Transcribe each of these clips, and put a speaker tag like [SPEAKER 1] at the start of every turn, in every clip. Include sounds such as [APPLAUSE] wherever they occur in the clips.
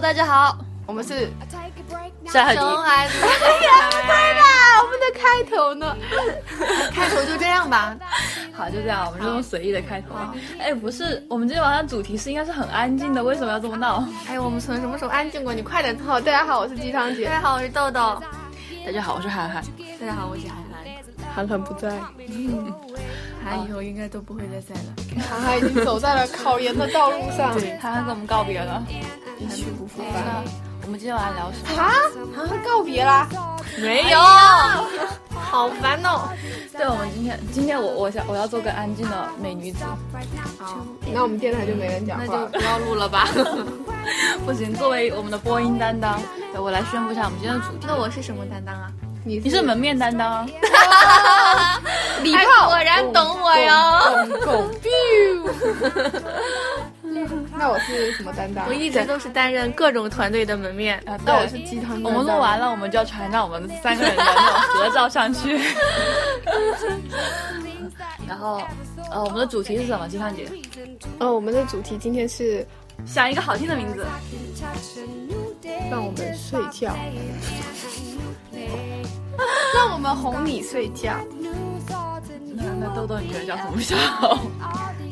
[SPEAKER 1] 大家好，我们是
[SPEAKER 2] 山海
[SPEAKER 1] 熊
[SPEAKER 2] 迪，
[SPEAKER 1] 孩子。哎呀，不对 [LAUGHS] 吧？我们的开头呢？ [LAUGHS] 开头就这样吧。
[SPEAKER 2] 好，就这样，我们就这么随意的开头啊。哎，不是，我们今天晚上主题是应该是很安静的，为什么要这么闹？
[SPEAKER 3] 哎，我们从什么时候安静过？你快点套。大家好，我是鸡汤
[SPEAKER 1] 大
[SPEAKER 3] 姐。
[SPEAKER 1] 家好，我是豆豆。
[SPEAKER 2] 大家好，我是涵涵。
[SPEAKER 1] 大家好，我是涵涵。
[SPEAKER 3] 韩寒不在，
[SPEAKER 1] 涵涵以后应该都不会再在了。
[SPEAKER 3] 韩寒已经走在了考研的道路上。
[SPEAKER 2] 涵涵跟我们告别了。
[SPEAKER 3] 一去不复返。
[SPEAKER 2] 那我们今天晚上聊什么？
[SPEAKER 3] 啊，韩寒告别啦，
[SPEAKER 2] 没有。
[SPEAKER 3] 好烦哦。
[SPEAKER 2] 对，我们今天今天我我想我要做个安静的美女子，
[SPEAKER 3] 那我们电台就没人讲
[SPEAKER 1] 那
[SPEAKER 3] 话
[SPEAKER 1] 就
[SPEAKER 3] 了。
[SPEAKER 1] 不要录了吧。
[SPEAKER 2] [LAUGHS] 不行，作为我们的播音担当，对我来宣布一下我们今天的主题。
[SPEAKER 1] 那我是什么担当啊？
[SPEAKER 3] 你
[SPEAKER 2] 你是门面担 [LAUGHS] 当，
[SPEAKER 3] 礼
[SPEAKER 1] 哎
[SPEAKER 3] 炮
[SPEAKER 1] 果然懂我哟。
[SPEAKER 3] 狗 [LAUGHS] 那我是什么担当？
[SPEAKER 1] 我一直都是担任各种团队的门面。
[SPEAKER 2] 啊，对
[SPEAKER 3] 那我是鸡汤担
[SPEAKER 2] 我
[SPEAKER 3] 当。
[SPEAKER 2] 们录完了，我们就要传上我们三个人的那种 [LAUGHS] 合照上去。然后，呃，我们的主题是什么？金范姐，
[SPEAKER 3] 哦，我们的主题今天是
[SPEAKER 2] 想一个好听的名字。
[SPEAKER 3] 让我们睡觉，让我们哄你睡觉，
[SPEAKER 2] 那那豆豆，你觉得叫什么比较好？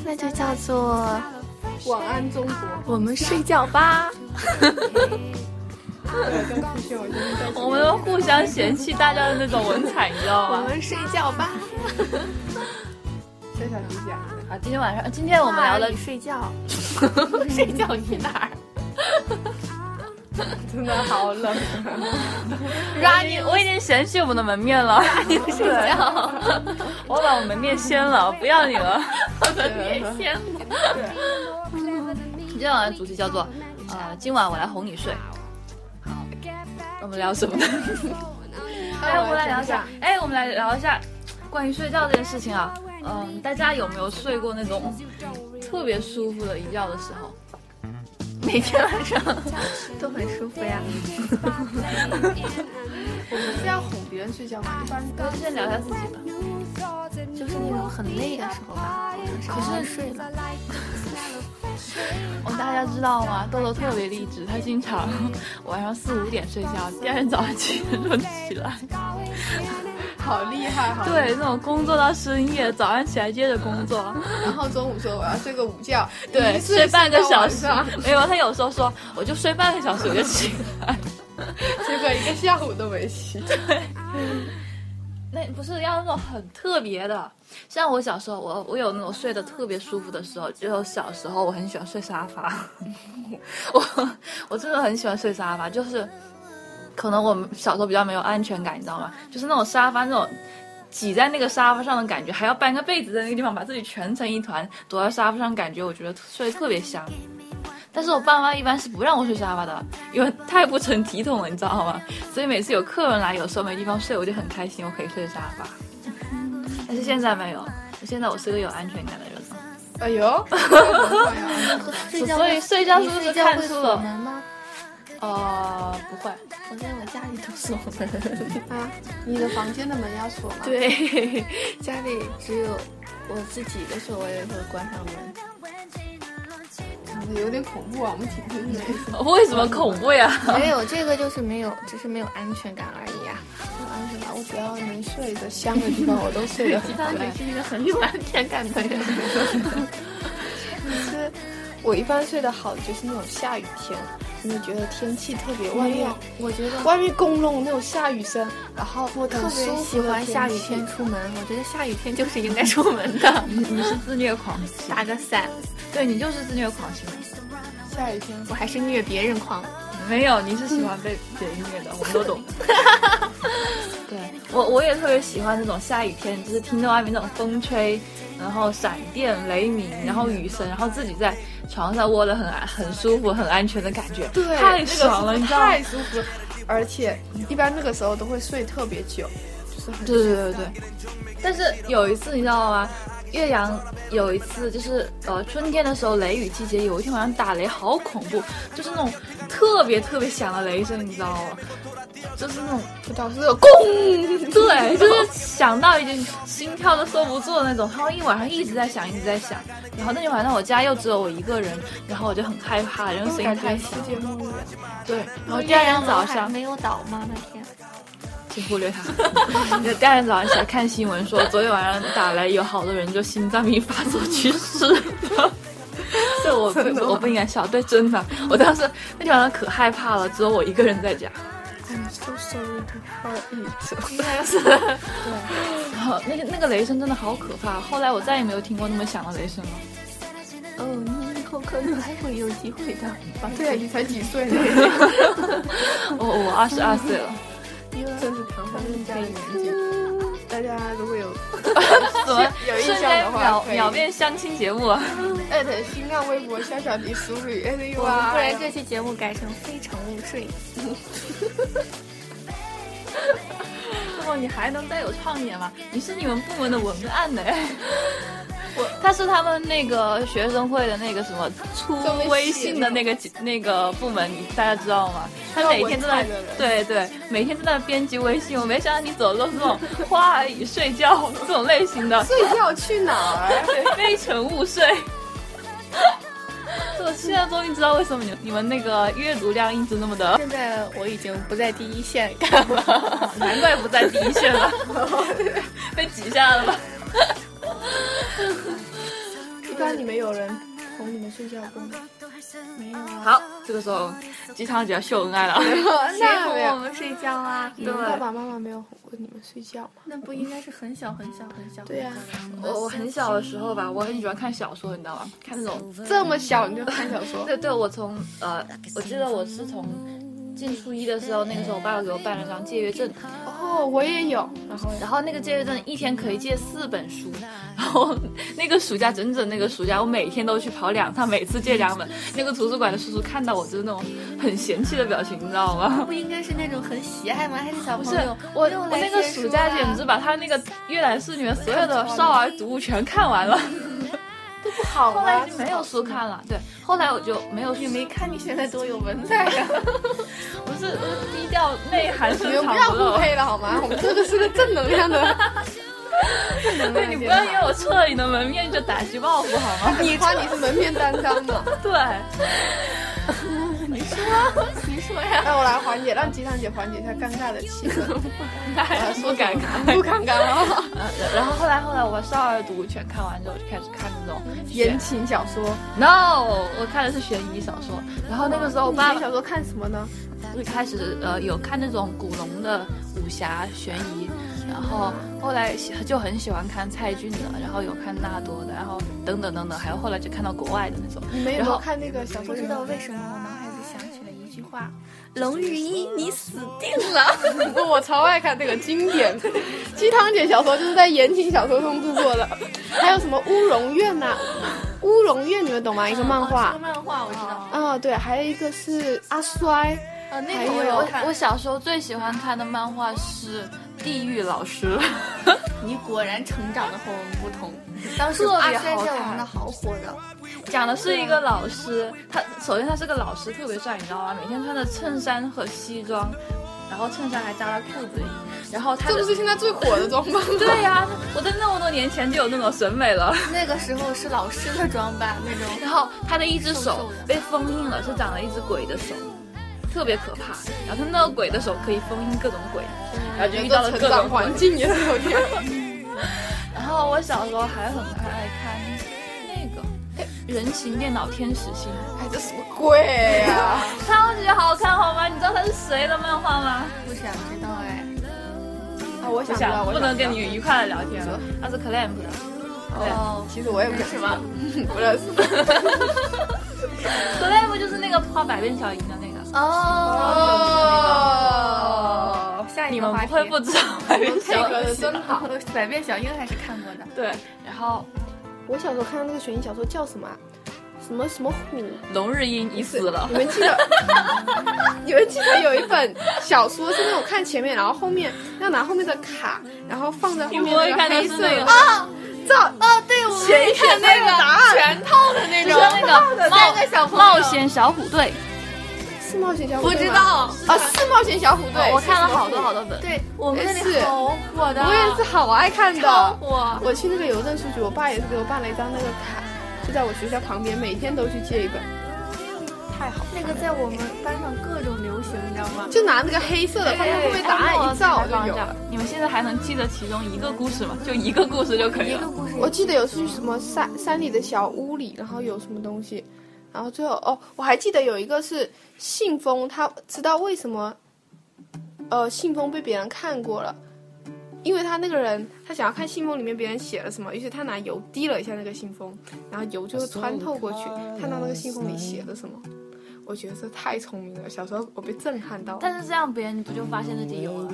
[SPEAKER 1] 那就叫做
[SPEAKER 3] 晚安中国。
[SPEAKER 1] 我们睡觉吧。
[SPEAKER 2] [LAUGHS] 我们都互相嫌弃大家的那种文采，你知道
[SPEAKER 3] 我
[SPEAKER 2] 吗？
[SPEAKER 3] 们睡觉吧。这小迪讲，
[SPEAKER 2] 啊，今天晚上，今天我们聊的
[SPEAKER 1] 你睡
[SPEAKER 3] [LAUGHS]
[SPEAKER 1] 觉，睡觉去哪儿？
[SPEAKER 3] 真的好冷。
[SPEAKER 2] 我已经我已经嫌弃我们的门面 [LAUGHS] 了，你睡觉，我把我门面掀了，不要你了。
[SPEAKER 1] 天
[SPEAKER 2] 今天晚上的主题叫做，呃，今晚我来哄你睡。好，那我们聊什么呢？哎，我们来聊一下，哎，我们来聊一下关于睡觉这件事情啊。嗯，大家有没有睡过那种 [LAUGHS] 特别
[SPEAKER 3] [LAUGHS]
[SPEAKER 2] 舒服的一觉的时候？
[SPEAKER 1] [LAUGHS] 每天晚上都很舒服呀。
[SPEAKER 3] 我们是要哄别人睡觉吗？一般
[SPEAKER 2] 我先聊一下自己吧。
[SPEAKER 1] 就是那种很累的时候吧，可是睡了，
[SPEAKER 2] [LAUGHS] 哦，大家知道吗？豆豆特别励志，他经常晚上四五点睡觉，第二天早上七点钟起来。
[SPEAKER 3] 好厉害哈。。
[SPEAKER 2] 对，那种工作到深夜，早上起来接着工作。
[SPEAKER 3] 然后中午说我要睡个午觉，
[SPEAKER 2] 对，
[SPEAKER 3] 一睡
[SPEAKER 2] 睡半个小时
[SPEAKER 3] 睡到晚上，
[SPEAKER 2] 没有，他有时候说我就睡半个小时我就起来。
[SPEAKER 3] 结果一个下午都没
[SPEAKER 2] [LAUGHS]
[SPEAKER 3] 起。
[SPEAKER 2] 那不是要那种很特别的，像我小时候，我我有那种睡得特别舒服的时候，就小时候我很喜欢睡沙发， [LAUGHS] 我我真的很喜欢睡沙发，就是可能我们小时候比较没有安全感，你知道吗？就是那种沙发那种。挤在那个沙发上的感觉，还要搬个被子在那个地方，把自己蜷成一团，躲在沙发上，感觉我觉得睡得特别香。但是我爸妈一般是不让我睡沙发的，因为太不成体统了，你知道吗？所以每次有客人来，有时候没地方睡，我就很开心，我可以睡沙发。但是现在没有，现在我是个有安全感的人了。
[SPEAKER 3] 哎
[SPEAKER 2] [LAUGHS]
[SPEAKER 3] 呦，哎
[SPEAKER 1] 睡觉
[SPEAKER 2] 所
[SPEAKER 1] 会
[SPEAKER 2] 以睡觉
[SPEAKER 1] 你
[SPEAKER 2] 是不是
[SPEAKER 1] 睡觉
[SPEAKER 2] 看
[SPEAKER 1] 会
[SPEAKER 2] 出
[SPEAKER 1] 锁
[SPEAKER 2] 了
[SPEAKER 1] 门吗？
[SPEAKER 2] 呃，不会，
[SPEAKER 1] 我在我家里都锁门，
[SPEAKER 3] 呦啊，你的房间的门要锁吗？，
[SPEAKER 1] 对，家里只有我自己的时候，我也会关上门。
[SPEAKER 3] 有点恐怖啊，我们
[SPEAKER 2] [LAUGHS]
[SPEAKER 3] 挺听的。
[SPEAKER 2] 哦为什么啊恐怖呀？[LAUGHS]
[SPEAKER 1] [LAUGHS] 没有这个就是没有，只是没有安全感而已呀、啊 [LAUGHS]
[SPEAKER 3] 安全感，我只要能睡得香的地方，我都睡得很
[SPEAKER 1] 当
[SPEAKER 3] 安
[SPEAKER 1] 你是一个很有安全感的人，
[SPEAKER 3] 是我一般睡得好的就是那种下雨天，真的觉得天气特别外面，
[SPEAKER 1] 我觉得。
[SPEAKER 3] 外面公弄那种下雨声，然后我
[SPEAKER 1] 特别喜欢下雨天出门，我觉得下雨天就是应该出门的， [LAUGHS]
[SPEAKER 2] 你是自虐狂型，
[SPEAKER 1] 打个伞。
[SPEAKER 2] 对你就是自虐狂型。
[SPEAKER 3] 下雨天
[SPEAKER 1] 我还是虐别人狂，
[SPEAKER 2] 没有，你是喜欢被别人虐的，我们都 [LAUGHS] 懂。对我，我也特别喜欢那种下雨天，就是听到外面那种风吹，然后闪电、雷鸣，然后雨声，然后自己在床上窝得很安很舒服、很安全的感觉，
[SPEAKER 3] 对，
[SPEAKER 2] 太爽了，
[SPEAKER 3] 那个
[SPEAKER 2] 你
[SPEAKER 3] 是
[SPEAKER 2] 知道吗？
[SPEAKER 3] 太舒服了，而且一般那个时候都会睡特别久，就是很
[SPEAKER 2] 对对对对对。但是有一次你知道吗？岳阳有一次就是呃春天的时候雷雨季节，有一天晚上打雷好恐怖，就是那种特别特别响的雷声，你知道吗？就是那种
[SPEAKER 3] 不知道是有咣，
[SPEAKER 2] [LAUGHS] 对，就是想到已经心跳都收不住的那种，然后一晚上一直在响，一直在响。然后那天晚上我家又只有我一个人，然后我就很害怕，因为声音
[SPEAKER 3] 感觉
[SPEAKER 2] 太响
[SPEAKER 3] 世。界末日了。
[SPEAKER 2] 对，然
[SPEAKER 1] 哦
[SPEAKER 2] 后第二天早上
[SPEAKER 4] 没有倒吗？那天
[SPEAKER 2] 请忽略他。 [LAUGHS] 第二天早上起来看新闻说，昨天晚上打雷，有好多人就心脏病发作去世了。 [LAUGHS] 这我不我不应该笑，对，真的，我当时那天晚上可害怕了，只有我一个人在家。
[SPEAKER 3] I'm so sorry to hurt you。
[SPEAKER 2] 然后那个那个雷声真的好可怕，后来我再也没有听过那么响的雷声了。
[SPEAKER 4] 哦，你以后可能还会有机会的。
[SPEAKER 3] 对啊呀，你才几岁呢？
[SPEAKER 2] 我我二十二岁了，
[SPEAKER 3] 真是唐三人家的年纪。大家如果有
[SPEAKER 2] 怎么
[SPEAKER 3] [LAUGHS] 有印
[SPEAKER 2] 瞬
[SPEAKER 3] 象
[SPEAKER 2] 间
[SPEAKER 3] 的话
[SPEAKER 2] 秒，
[SPEAKER 3] 可以
[SPEAKER 2] 秒变相亲节目啊？
[SPEAKER 3] 艾特新浪微博小小迪淑女艾特 U
[SPEAKER 4] 我们
[SPEAKER 3] 啊，
[SPEAKER 4] 不
[SPEAKER 1] 哎
[SPEAKER 4] 然这期节目改成非诚勿睡。
[SPEAKER 2] 如果你还能再有创意吗？你是你们部门的文案
[SPEAKER 3] [LAUGHS]
[SPEAKER 2] 呢、我他是他们那个学生会的那个什么出微信的那个那个部门，你大家知道吗？他每天都在
[SPEAKER 3] 知道文采
[SPEAKER 2] 对对，每天都在编辑微信。我没想到你走的都是这种花儿与睡觉这种类型
[SPEAKER 3] [LAUGHS]
[SPEAKER 2] 的，
[SPEAKER 3] 睡觉去哪儿？啊
[SPEAKER 2] 非诚勿
[SPEAKER 3] [LAUGHS]
[SPEAKER 2] 睡。我现在终于知道为什么你你们那个阅读量一直那么的
[SPEAKER 3] [LAUGHS] 现在我已经不在第一线干了。
[SPEAKER 2] 难怪不在第一线了， [LAUGHS] 被挤下了吧？
[SPEAKER 3] 一般你们有人哄你们睡觉过吗？
[SPEAKER 4] 没有啊，
[SPEAKER 2] 好，这个时候机场就要秀恩爱了。
[SPEAKER 4] 谁
[SPEAKER 3] [LAUGHS] 那没
[SPEAKER 4] 哄我
[SPEAKER 3] 有。
[SPEAKER 4] 们睡觉啊？
[SPEAKER 3] 你们爸爸妈妈没有哄过你们睡觉吗？
[SPEAKER 4] 那不应该是很小很小很小？
[SPEAKER 3] 对呀
[SPEAKER 2] [LAUGHS] 我我很小的时候吧，我很喜欢看小说，你知道吗？看那种，
[SPEAKER 3] 这么小你就看小说？
[SPEAKER 2] 对对，我从呃，我记得我是从进初一的时候，那个时候我爸爸给我办了张借阅证，
[SPEAKER 3] [LAUGHS] 哦，我也有。然后
[SPEAKER 2] 然后那个借阅证一天可以借四本书，然后那个暑假整整那个暑假，我每天都去跑两趟，每次借两本。那个图书馆的叔叔看到我就是那种很嫌弃的表情，你知道吗？
[SPEAKER 4] 不应该是那种很喜爱吗？还是小
[SPEAKER 2] 不
[SPEAKER 4] 朋
[SPEAKER 2] [LAUGHS] 是
[SPEAKER 4] 友？
[SPEAKER 2] 我，
[SPEAKER 4] 又
[SPEAKER 2] 我
[SPEAKER 4] 来
[SPEAKER 2] 那个
[SPEAKER 4] 借书
[SPEAKER 2] 暑假
[SPEAKER 4] 啦
[SPEAKER 2] 简直把他那个阅览室里面所有的少儿读物全看完了，
[SPEAKER 3] 不好啊
[SPEAKER 2] 后来
[SPEAKER 3] 吗
[SPEAKER 2] 就？没有书看了。对，后来我就没有去没看，
[SPEAKER 4] 看你现在多有文采呀、
[SPEAKER 3] [LAUGHS]
[SPEAKER 2] 不 [LAUGHS] 是呃低调内涵
[SPEAKER 3] 你
[SPEAKER 2] 深
[SPEAKER 3] 们
[SPEAKER 2] 藏
[SPEAKER 3] 不要
[SPEAKER 2] 不
[SPEAKER 3] 互
[SPEAKER 2] 露。
[SPEAKER 3] 黑了好吗？我们这个是个正能量的。 [LAUGHS]
[SPEAKER 2] 对你不要因为我撤了你的门面就打击报复好吗？
[SPEAKER 3] 你夸你是门面担当 [LAUGHS] 嘛？
[SPEAKER 2] 对，
[SPEAKER 4] 你说呀？
[SPEAKER 3] 让我来缓解，让鸡汤姐缓解一下尴尬的气 [LAUGHS] 氛。
[SPEAKER 2] 还不敢看。
[SPEAKER 3] 不尴尬 [LAUGHS] 了。
[SPEAKER 2] 然后后来后来我把少儿读物全看完之后，我就开始看那种
[SPEAKER 3] 言情小说，
[SPEAKER 2] no，我看的是悬疑小说。然后那个时候我
[SPEAKER 3] 言
[SPEAKER 2] 爸
[SPEAKER 3] 情
[SPEAKER 2] 爸
[SPEAKER 3] 小说看什么呢？
[SPEAKER 2] 一开始呃有看那种古龙的武侠悬疑，然后后来喜就很喜欢看蔡骏的，然后有看纳多的，然后等等等等，还有后来就看到国外的那种。
[SPEAKER 3] 你们有没
[SPEAKER 2] 然
[SPEAKER 3] 有
[SPEAKER 2] 后
[SPEAKER 3] 看那个小
[SPEAKER 4] 不
[SPEAKER 3] 说里
[SPEAKER 4] 知
[SPEAKER 3] 面？
[SPEAKER 4] 道为什么我脑海里想起了一句话：“龙日一，你死定了。
[SPEAKER 3] 我 [LAUGHS] 我超爱看这个经典，鸡汤姐小说就是在言情小说中度过的，还有什么乌龙院呐、乌龙院你们懂吗？一个漫”
[SPEAKER 4] 这个
[SPEAKER 3] 画。
[SPEAKER 4] 漫画我知道，
[SPEAKER 3] 啊、对，还有一个是阿衰，
[SPEAKER 4] 啊，那
[SPEAKER 3] 还
[SPEAKER 4] 个我
[SPEAKER 3] 有
[SPEAKER 4] 有看
[SPEAKER 2] 我。我小时候最喜欢看的漫画是《地狱老师》， [LAUGHS]
[SPEAKER 4] 你果然成长的和我们不同。
[SPEAKER 2] 当时
[SPEAKER 4] 阿
[SPEAKER 2] 特别
[SPEAKER 4] 衰
[SPEAKER 2] 好
[SPEAKER 4] 在我们那
[SPEAKER 2] 看。
[SPEAKER 4] 好火的，
[SPEAKER 2] 讲的是一个老师，他首先他是个老师，特别帅，你知道吗？每天穿着衬衫和西装，然后衬衫还扎在裤子里，然后他
[SPEAKER 3] 这
[SPEAKER 2] 的
[SPEAKER 3] 不是现在最火的装
[SPEAKER 2] [LAUGHS]
[SPEAKER 3] 吗？
[SPEAKER 2] 对呀、我在那么多年前就有那种审美了。
[SPEAKER 4] 那个时候是老师的装扮那种。
[SPEAKER 2] 然后他的一只
[SPEAKER 4] 瘦
[SPEAKER 2] 手
[SPEAKER 4] 瘦的
[SPEAKER 2] 被封印了，是长了一只鬼的手，特别可怕。然后他那个鬼的手可以封印各种鬼，然后就遇到了
[SPEAKER 3] 成
[SPEAKER 2] 各
[SPEAKER 3] 长
[SPEAKER 2] 种
[SPEAKER 3] 环
[SPEAKER 2] 鬼。
[SPEAKER 3] 境也是有
[SPEAKER 2] [LAUGHS]
[SPEAKER 3] 点。
[SPEAKER 2] 然后我小时候还很爱看那个。哎人形电脑天使心，
[SPEAKER 3] 哎，这什么鬼啊呀、
[SPEAKER 2] 超级好看，好吗？你知道它是谁的漫画吗？
[SPEAKER 4] 不想知道哎，
[SPEAKER 3] 啊，我想
[SPEAKER 2] 不
[SPEAKER 3] 知道，
[SPEAKER 2] 想，
[SPEAKER 3] 我
[SPEAKER 2] 不
[SPEAKER 3] 想
[SPEAKER 2] 能
[SPEAKER 3] 知道
[SPEAKER 2] 跟你愉快的聊天了。它是 clamp 的，
[SPEAKER 4] 哦，
[SPEAKER 3] 其实我也不 [LAUGHS]
[SPEAKER 4] 是吗？
[SPEAKER 3] 不认识。
[SPEAKER 2] clamp 就是那个画百变小樱的那个。
[SPEAKER 3] 哦，
[SPEAKER 4] 下一
[SPEAKER 2] 你
[SPEAKER 4] 个
[SPEAKER 2] 们
[SPEAKER 4] 话
[SPEAKER 2] 不
[SPEAKER 4] 题
[SPEAKER 2] 会不知道百变小
[SPEAKER 3] 配
[SPEAKER 2] 樱
[SPEAKER 3] 合的真好。
[SPEAKER 4] 百变小樱还是看过的，
[SPEAKER 2] 对， [LAUGHS] 然后
[SPEAKER 3] 我小时候看到那个悬疑小说叫什么啊？什么什么虎？
[SPEAKER 2] 龙日樱已死了 [LAUGHS]
[SPEAKER 3] 你，们记得？ [LAUGHS] 你们记得有一本小说是那种看前面，然后后面要拿后面的卡，然后放在后面
[SPEAKER 2] 你不会
[SPEAKER 3] 那
[SPEAKER 2] 看
[SPEAKER 3] 个
[SPEAKER 2] 到
[SPEAKER 3] 黑
[SPEAKER 2] 是
[SPEAKER 3] 色
[SPEAKER 2] 那
[SPEAKER 3] 的
[SPEAKER 2] 个
[SPEAKER 3] 啊，照
[SPEAKER 4] 哦，对，我们
[SPEAKER 3] 前一天那个答案全套的那
[SPEAKER 2] 就是那个
[SPEAKER 3] 那
[SPEAKER 2] 冒
[SPEAKER 3] 个小朋友
[SPEAKER 2] 冒险小虎队，
[SPEAKER 3] 四冒险小虎
[SPEAKER 4] 不
[SPEAKER 3] 队
[SPEAKER 4] 知
[SPEAKER 3] 吗
[SPEAKER 4] 道，
[SPEAKER 3] 啊，四冒险小虎队，
[SPEAKER 2] 我看了好多好多本，
[SPEAKER 4] 对
[SPEAKER 2] 我们那
[SPEAKER 3] 是
[SPEAKER 2] 里好火的，
[SPEAKER 3] 我也是好爱看
[SPEAKER 2] 超
[SPEAKER 3] 的。
[SPEAKER 2] 火。
[SPEAKER 3] 我去那个邮政书局，我爸也是给我办了一张那个卡，就在我学校旁边，每天都去借一本，太好了。
[SPEAKER 4] 那个在我们班上各种流行，你知道吗？
[SPEAKER 3] 就拿那个黑色的，放在后面
[SPEAKER 2] 哎
[SPEAKER 3] 答案一照就有了。
[SPEAKER 2] 你们现在还能记得其中一个故事吗？就一个故事就可以
[SPEAKER 4] 一个
[SPEAKER 2] 了。
[SPEAKER 4] 故事，
[SPEAKER 3] 我记得有去什么山山里的小屋里，然后有什么东西，然后最后哦，我还记得有一个是信封，他知道为什么，呃，信封被别人看过了，因为他那个人他想要看信封里面别人写了什么，于是他拿油滴了一下那个信封，然后油就会穿透过去，看到那个信封里写了什么。我觉得这太聪明了，小时候我被震撼到了。
[SPEAKER 2] 但是这样别人不就发现自己有了？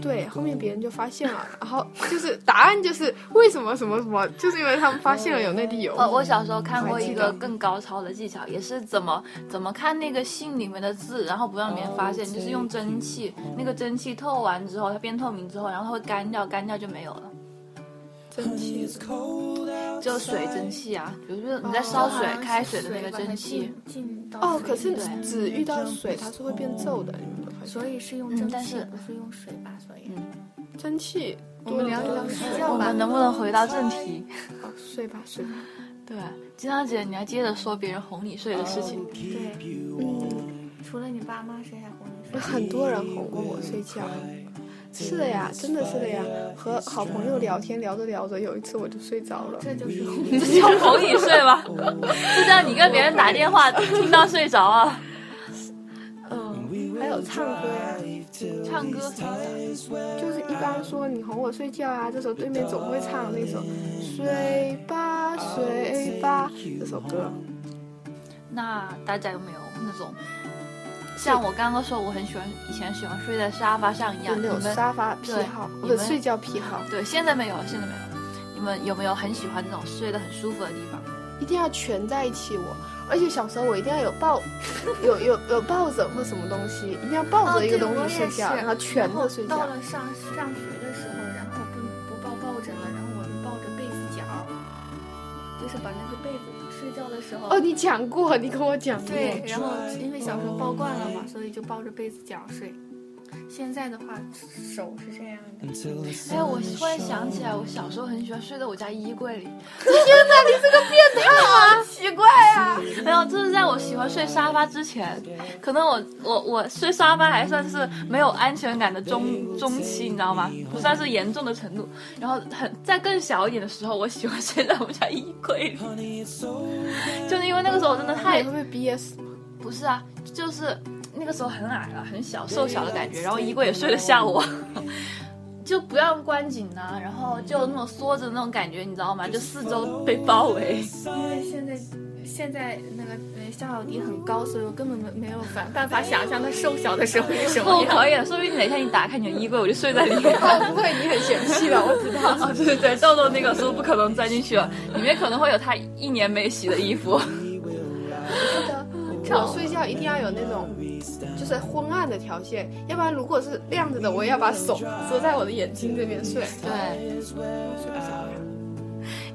[SPEAKER 3] 对，后面别人就发现了，然后就是答案就是为什么什么什么，就是因为他们发现了有那滴油。
[SPEAKER 2] 呃，我小时候看过一
[SPEAKER 3] 我还记
[SPEAKER 2] 个
[SPEAKER 3] 得
[SPEAKER 2] 更高超的技巧，也是怎么怎么看那个信里面的字，然后不让别人发现，就是用蒸汽，那个蒸汽透完之后，它变透明之后，然后它会干掉，干掉就没有了，
[SPEAKER 3] 真气
[SPEAKER 2] 就水蒸气啊，比如说你在烧水、开水的那个蒸汽，
[SPEAKER 4] 进到
[SPEAKER 3] 哦，
[SPEAKER 4] 水
[SPEAKER 3] 可是
[SPEAKER 4] 里
[SPEAKER 2] 对
[SPEAKER 3] 只遇到水它是会变皱的，你们有没有发现？
[SPEAKER 4] 所以是用蒸
[SPEAKER 2] 但
[SPEAKER 4] 汽
[SPEAKER 2] 嗯是，
[SPEAKER 4] 不是用水吧？所以
[SPEAKER 3] 蒸汽，我们聊一聊水
[SPEAKER 4] 这
[SPEAKER 2] 我
[SPEAKER 4] 样吧
[SPEAKER 2] 们能不能回到正题？
[SPEAKER 3] 吧，睡吧睡吧。
[SPEAKER 2] 对，金章姐，你要接着说别人哄你睡的事情。
[SPEAKER 4] 对，
[SPEAKER 3] 嗯，
[SPEAKER 4] 除了你爸妈，谁还哄你睡？
[SPEAKER 3] 很多人哄过我睡觉。是的呀，真的是的呀。和好朋友聊天，聊着聊着，有一次我就睡着了。
[SPEAKER 4] 这就是哄
[SPEAKER 2] 你这 [LAUGHS] 叫哄你睡吗？这叫你跟别人打电话听到睡着啊？
[SPEAKER 3] 嗯，还有唱歌呀，
[SPEAKER 2] 唱歌什么的，
[SPEAKER 3] 就是一般说你哄我睡觉啊，这时候对面总会唱那首《睡吧睡吧》这首歌。
[SPEAKER 2] 那大家有没有那种？像我刚刚说，我很喜欢以前喜欢睡在沙发上一
[SPEAKER 3] 有
[SPEAKER 2] 样。
[SPEAKER 3] 那
[SPEAKER 2] 你
[SPEAKER 3] 种
[SPEAKER 2] 们
[SPEAKER 3] 沙发癖
[SPEAKER 2] 对
[SPEAKER 3] 好，
[SPEAKER 2] 你
[SPEAKER 3] 不是
[SPEAKER 2] 们
[SPEAKER 3] 睡觉癖好，
[SPEAKER 2] 对，现在没有，现在没有。你们有没有很喜欢那种睡得很舒服的地方？
[SPEAKER 3] 一定要全在一起我。而且小时候我一定要有抱， [LAUGHS] 有有有抱枕或什么东西，一定要抱着一个东西睡觉，
[SPEAKER 4] 哦对我也
[SPEAKER 3] 然
[SPEAKER 4] 是
[SPEAKER 3] 后全着睡
[SPEAKER 4] 到
[SPEAKER 3] 觉。
[SPEAKER 4] 了上上学的时候，然后不不抱抱枕了，然后我是抱着被子角，就是把那个被子睡觉的时候。
[SPEAKER 3] 哦，你讲过，你跟我讲过。
[SPEAKER 4] 对，然后因为小时候抱惯了
[SPEAKER 3] 哦
[SPEAKER 4] 嘛，所以就抱着被子角睡。现在的话，手是这样的。
[SPEAKER 2] 哎，我突然想起来，我小时候很喜欢睡在我家衣
[SPEAKER 3] [LAUGHS]
[SPEAKER 2] 柜里。 [LAUGHS]
[SPEAKER 4] 奇怪啊！
[SPEAKER 2] 没有，就是在我喜欢睡沙发之前，可能我我我睡沙发还算是没有安全感的中中期，你知道吗？不算是严重的程度。然后很在更小一点的时候，我喜欢睡在我们家衣柜里，就是因为那个时候我真的
[SPEAKER 3] 那
[SPEAKER 2] 太
[SPEAKER 3] 你会不会憋死？
[SPEAKER 2] 不是啊，就是那个时候很矮了，很小瘦小的感觉，然后衣柜也睡得下我。就不要关紧呐、然后就那种缩着那种感觉，你知道嗯吗？就哦四周被包围。
[SPEAKER 4] 因为现在现在那个呃夏小迪很高，所以我根本没没有办办法想象他瘦小的时候是什么
[SPEAKER 2] [LAUGHS] 不
[SPEAKER 4] 样。
[SPEAKER 2] 可以了，说不定哪天你打开你的衣柜，我就睡在里面。
[SPEAKER 3] 哦，不会，你很嫌弃的，我知道。
[SPEAKER 4] [LAUGHS]
[SPEAKER 2] [LAUGHS] 哦，对对对，豆豆那个书不可能钻进去了，里面可能会有他一年没洗的衣服。
[SPEAKER 3] 像我睡觉一定要有那种，就是昏暗的条线，要不然如果是亮着的，我也要把手遮在我的眼睛这边睡。
[SPEAKER 2] [LAUGHS] 对，
[SPEAKER 3] 睡不着呀。
[SPEAKER 2] 啊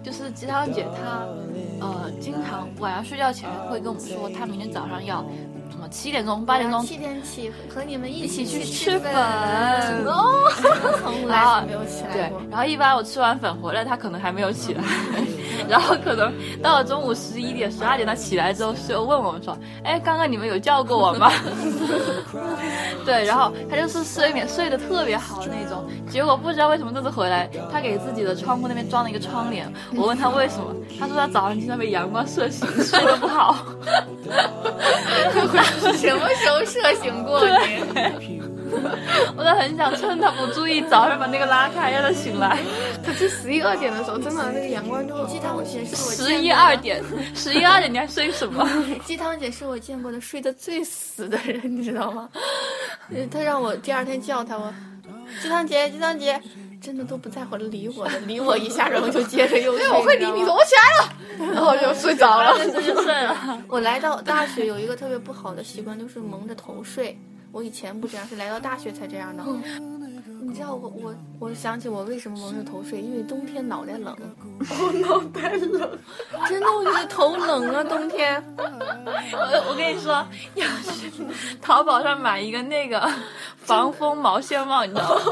[SPEAKER 2] 就是吉汤姐她，呃，经常晚上睡觉前会跟我们说，她明天早上要什么七点钟、八点钟
[SPEAKER 4] 七点起和你们一
[SPEAKER 2] 一起
[SPEAKER 4] 起
[SPEAKER 2] 啊去吃
[SPEAKER 4] 吃
[SPEAKER 2] 粉。
[SPEAKER 4] 哦，从来是没有起来
[SPEAKER 2] 对
[SPEAKER 4] 过。，
[SPEAKER 2] 然后一般我吃完粉回来，她可能还没有起来， [LAUGHS] 然后可能到了中午十一点、十二点，她起来之后就问我们说：“哎，刚刚你们有叫过我吗？” [LAUGHS] 对，然后她就是睡眠睡得特别好那种，结果不知道为什么这次回来，她给自己的窗户那边装了一个窗帘。我问她为什么，她说她早上经常被阳光射醒，睡得不好。
[SPEAKER 4] 什么时候射醒 [LAUGHS] 过你？
[SPEAKER 2] 我都很想趁她不注意，早上把那个拉开，让她醒来。
[SPEAKER 3] 可是十一二点的时候，真的那个阳光就
[SPEAKER 4] 鸡汤姐是我
[SPEAKER 2] 十
[SPEAKER 4] 见
[SPEAKER 2] 一
[SPEAKER 4] 过
[SPEAKER 2] 二点，十一二点你还睡什么？
[SPEAKER 4] 鸡汤姐是我见过的睡得最死的人，你知道吗？呃她让我第二天叫她，我鸡汤姐，鸡汤姐，真的都不在乎理我的，理我一下，然后就接着又睡。
[SPEAKER 3] 我会理你
[SPEAKER 4] 知
[SPEAKER 3] 的，
[SPEAKER 4] 道吗
[SPEAKER 3] 我起来了，然后就睡着了。
[SPEAKER 2] 这就睡了。
[SPEAKER 4] 我来到大学有一个特别不好的习惯，就是蒙着头睡。我以前不这样，是来到大学才这样的。你知道我我我想起我为什么蒙着头睡，因为冬天脑袋冷，我脑袋冷，真的我觉得头冷啊，冬天。
[SPEAKER 2] 我我跟你说，要去淘宝上买一个那个防风毛线帽，你知道吗？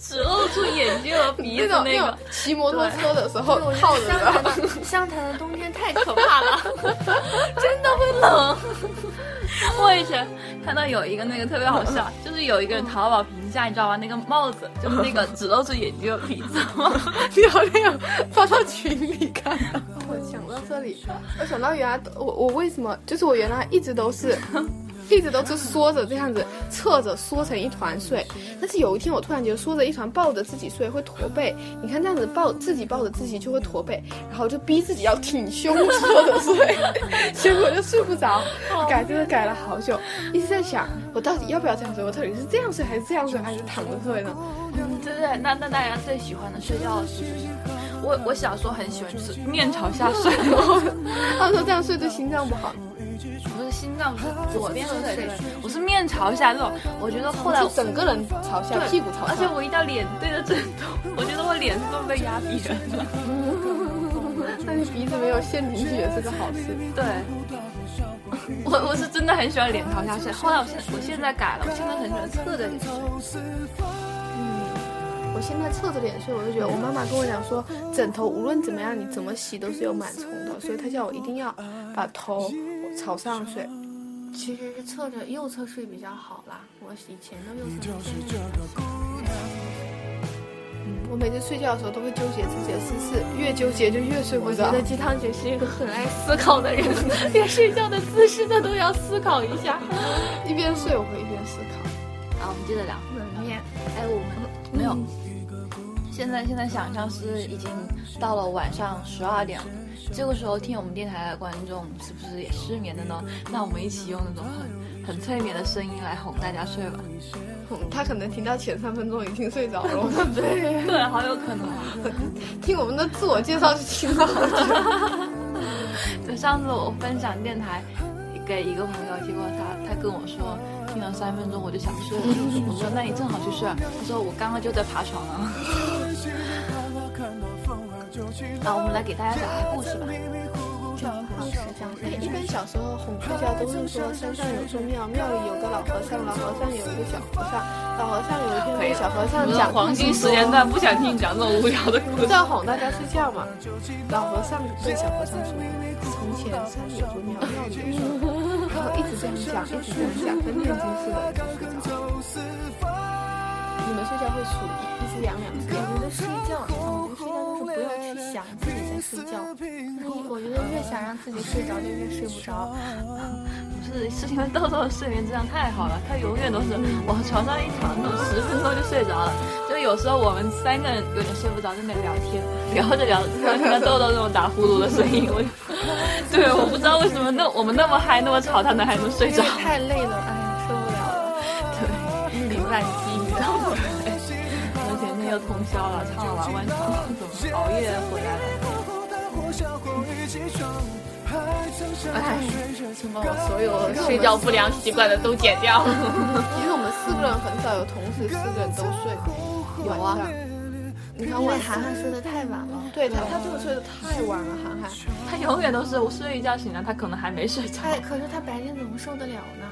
[SPEAKER 2] 只露出眼睛和鼻子
[SPEAKER 3] 那种
[SPEAKER 2] 那
[SPEAKER 3] 那
[SPEAKER 2] 个
[SPEAKER 3] 种。骑摩托车的时候
[SPEAKER 4] 哎我觉
[SPEAKER 3] 套
[SPEAKER 4] 得
[SPEAKER 3] 着
[SPEAKER 4] 湘潭
[SPEAKER 3] 的，
[SPEAKER 4] 的湘潭的冬天太可怕了，
[SPEAKER 2] 我以前看到有一个那个特别好笑，就是有一个人淘宝评价，你知道吗？那个帽子就是那个只露出眼睛和鼻子吗？
[SPEAKER 3] 你好像发到群里看。
[SPEAKER 4] 我想到这里，
[SPEAKER 3] 我想到原来我我为什么就是我原来一直都是， [LAUGHS] 一直都是缩着这样子侧着缩成一团睡，但是有一天我突然觉得哎缩着一团抱着自己睡会驼背，你看这样子抱自己抱着自己就会驼背，然后就逼自己要挺胸侧着 [LAUGHS] 睡，
[SPEAKER 2] 啊
[SPEAKER 3] 结果就睡不着，改这个改了好久，一直在想我到底要不要这样睡，我到底是这样睡还是这样睡还是躺着睡呢？
[SPEAKER 2] 嗯对对对，那那大家最喜欢的睡觉的是什么？我我小时候很喜欢就是面朝下睡， [LAUGHS]
[SPEAKER 3] 他说这样睡对心脏不好，
[SPEAKER 2] 不是心脏不是左边睡，对我是面朝下这种。我觉得后来
[SPEAKER 3] 就整个人朝下，
[SPEAKER 2] 对
[SPEAKER 3] 屁股朝
[SPEAKER 2] 而
[SPEAKER 3] 上
[SPEAKER 2] 且。我一到脸对着枕头， [LAUGHS] 我觉得我脸是这么被压扁的。 [LAUGHS]
[SPEAKER 3] 那你鼻子没有陷进去也是个好事。
[SPEAKER 2] 对，我我是真的很喜欢脸朝下睡。后来我现我现在改了，我现在很喜欢侧着脸睡。
[SPEAKER 3] 我现在侧着脸睡，我就觉得我妈妈跟我讲说，枕头无论怎么样，你怎么洗都是有螨虫的，所以她叫我一定要把头朝上睡。
[SPEAKER 4] 其实是侧着右侧睡比较好啦。我以前都右侧睡，
[SPEAKER 3] 我每次睡觉的时候都会纠结自己的姿势，越纠结就越睡不
[SPEAKER 4] 我
[SPEAKER 3] 着 [LAUGHS]
[SPEAKER 4] 觉。得鸡汤姐是一个很爱思考的人，连睡觉的姿势她都要思考一下。
[SPEAKER 3] 一边睡我会一边思考。
[SPEAKER 2] 好，我们接着聊。
[SPEAKER 3] 嗯
[SPEAKER 4] 冷面，
[SPEAKER 2] 哎，我们没有。现在现在想象是已经到了晚上十二点了，这个时候听我们电台的观众是不是也失眠的呢？那我们一起用那种很很催眠的声音来哄大家睡吧。
[SPEAKER 3] 嗯她可能听到前三分钟已经睡着了， [LAUGHS] 对，
[SPEAKER 2] 对，好有可能啊。
[SPEAKER 3] 听我们的自我介绍就听到了。
[SPEAKER 2] 就上次我分享电台给一个朋友，结果他他跟我说听了三分钟我就想睡了，我说那你正好去睡啊，他说我刚刚就在爬床啊。那我们来给大家讲一个故事吧。
[SPEAKER 4] 故事讲的
[SPEAKER 3] 哎一般小时候哄睡觉都是说山上有座庙，庙里有个老和尚，老和尚有一个小和尚，老和尚有一天对小和尚讲
[SPEAKER 2] 黄金时间段不想听你讲这种无聊的故
[SPEAKER 3] 不
[SPEAKER 2] 事
[SPEAKER 3] 是。要哄大家睡觉嘛？老和尚对小和尚说：“从前山有座庙，庙里有座，然后一直这样讲，一直这样讲，跟念经似的，就睡着了。你们睡觉会数一一只羊，两
[SPEAKER 2] 啊
[SPEAKER 3] 只羊，
[SPEAKER 4] 我觉得睡觉，我觉得睡觉就是不要去想自己在睡觉。你嗯我觉得越想让自己睡着，就越睡不着。
[SPEAKER 2] 不是，是因为豆豆的睡眠质量太好了，他永远都是往床上一躺，十分钟就睡着了。就有时候我们三个人有点睡不着，在那聊天，聊着聊着，突然听到豆豆那种打呼噜的声音，我就， [LAUGHS] 对，我不知道为什么那我们那么嗨，那么吵，他能还能睡
[SPEAKER 4] 因
[SPEAKER 2] 着 [LAUGHS]
[SPEAKER 4] 为。太累了，哎呀，受不了了。
[SPEAKER 2] [LAUGHS] 对，零万机，你知道吗？我前天又通宵了，唱了晚晚场，怎么熬夜回来了？
[SPEAKER 4] 哎，请把我所有睡觉不良习惯的都剪掉。
[SPEAKER 3] 其实我们四个人很少有同时四个人都睡。有
[SPEAKER 2] 啊，
[SPEAKER 3] 你看
[SPEAKER 4] 因
[SPEAKER 3] 我
[SPEAKER 4] 为涵涵睡得太晚了，
[SPEAKER 3] 对他，他这个睡得太晚了，涵涵。
[SPEAKER 2] 他永远都是我睡一觉醒来，他可能还没睡着。
[SPEAKER 4] 他可是他白天怎么受得了呢？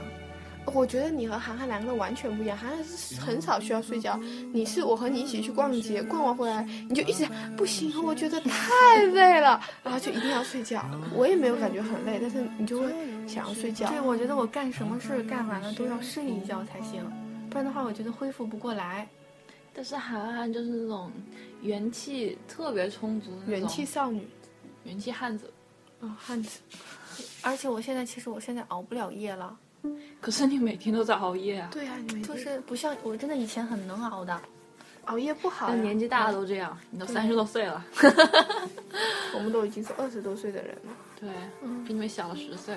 [SPEAKER 3] 我觉得你和涵涵两个人完全不一样，涵涵是很少需要睡觉，你是我和你一起去逛街，逛完回来你就一直不行，我觉得太累了，然后就一定要睡觉。我也没有感觉很累，但是你就会想要睡觉。
[SPEAKER 4] 对，我觉得我干什么事儿干完了都要睡一觉才行，不然的话我觉得恢复不过来。
[SPEAKER 2] 但是涵涵就是那种元气特别充足的那种，
[SPEAKER 3] 元气少女
[SPEAKER 2] 元气汉子。
[SPEAKER 3] 啊、哦汉子，
[SPEAKER 4] 而且我现在其实我现在熬不了夜了，
[SPEAKER 2] 可是你每天都在熬夜啊，
[SPEAKER 3] 对啊，你们
[SPEAKER 4] 就
[SPEAKER 3] 就是
[SPEAKER 4] 是不像我真的以前很能熬的。
[SPEAKER 3] 熬夜不好、
[SPEAKER 2] 那
[SPEAKER 3] 呀。
[SPEAKER 2] 年纪大了都这样，你都三十多岁了，
[SPEAKER 3] 我们都已经是二十多岁的人了，
[SPEAKER 2] 对，
[SPEAKER 3] 嗯
[SPEAKER 2] 比你们小了十岁。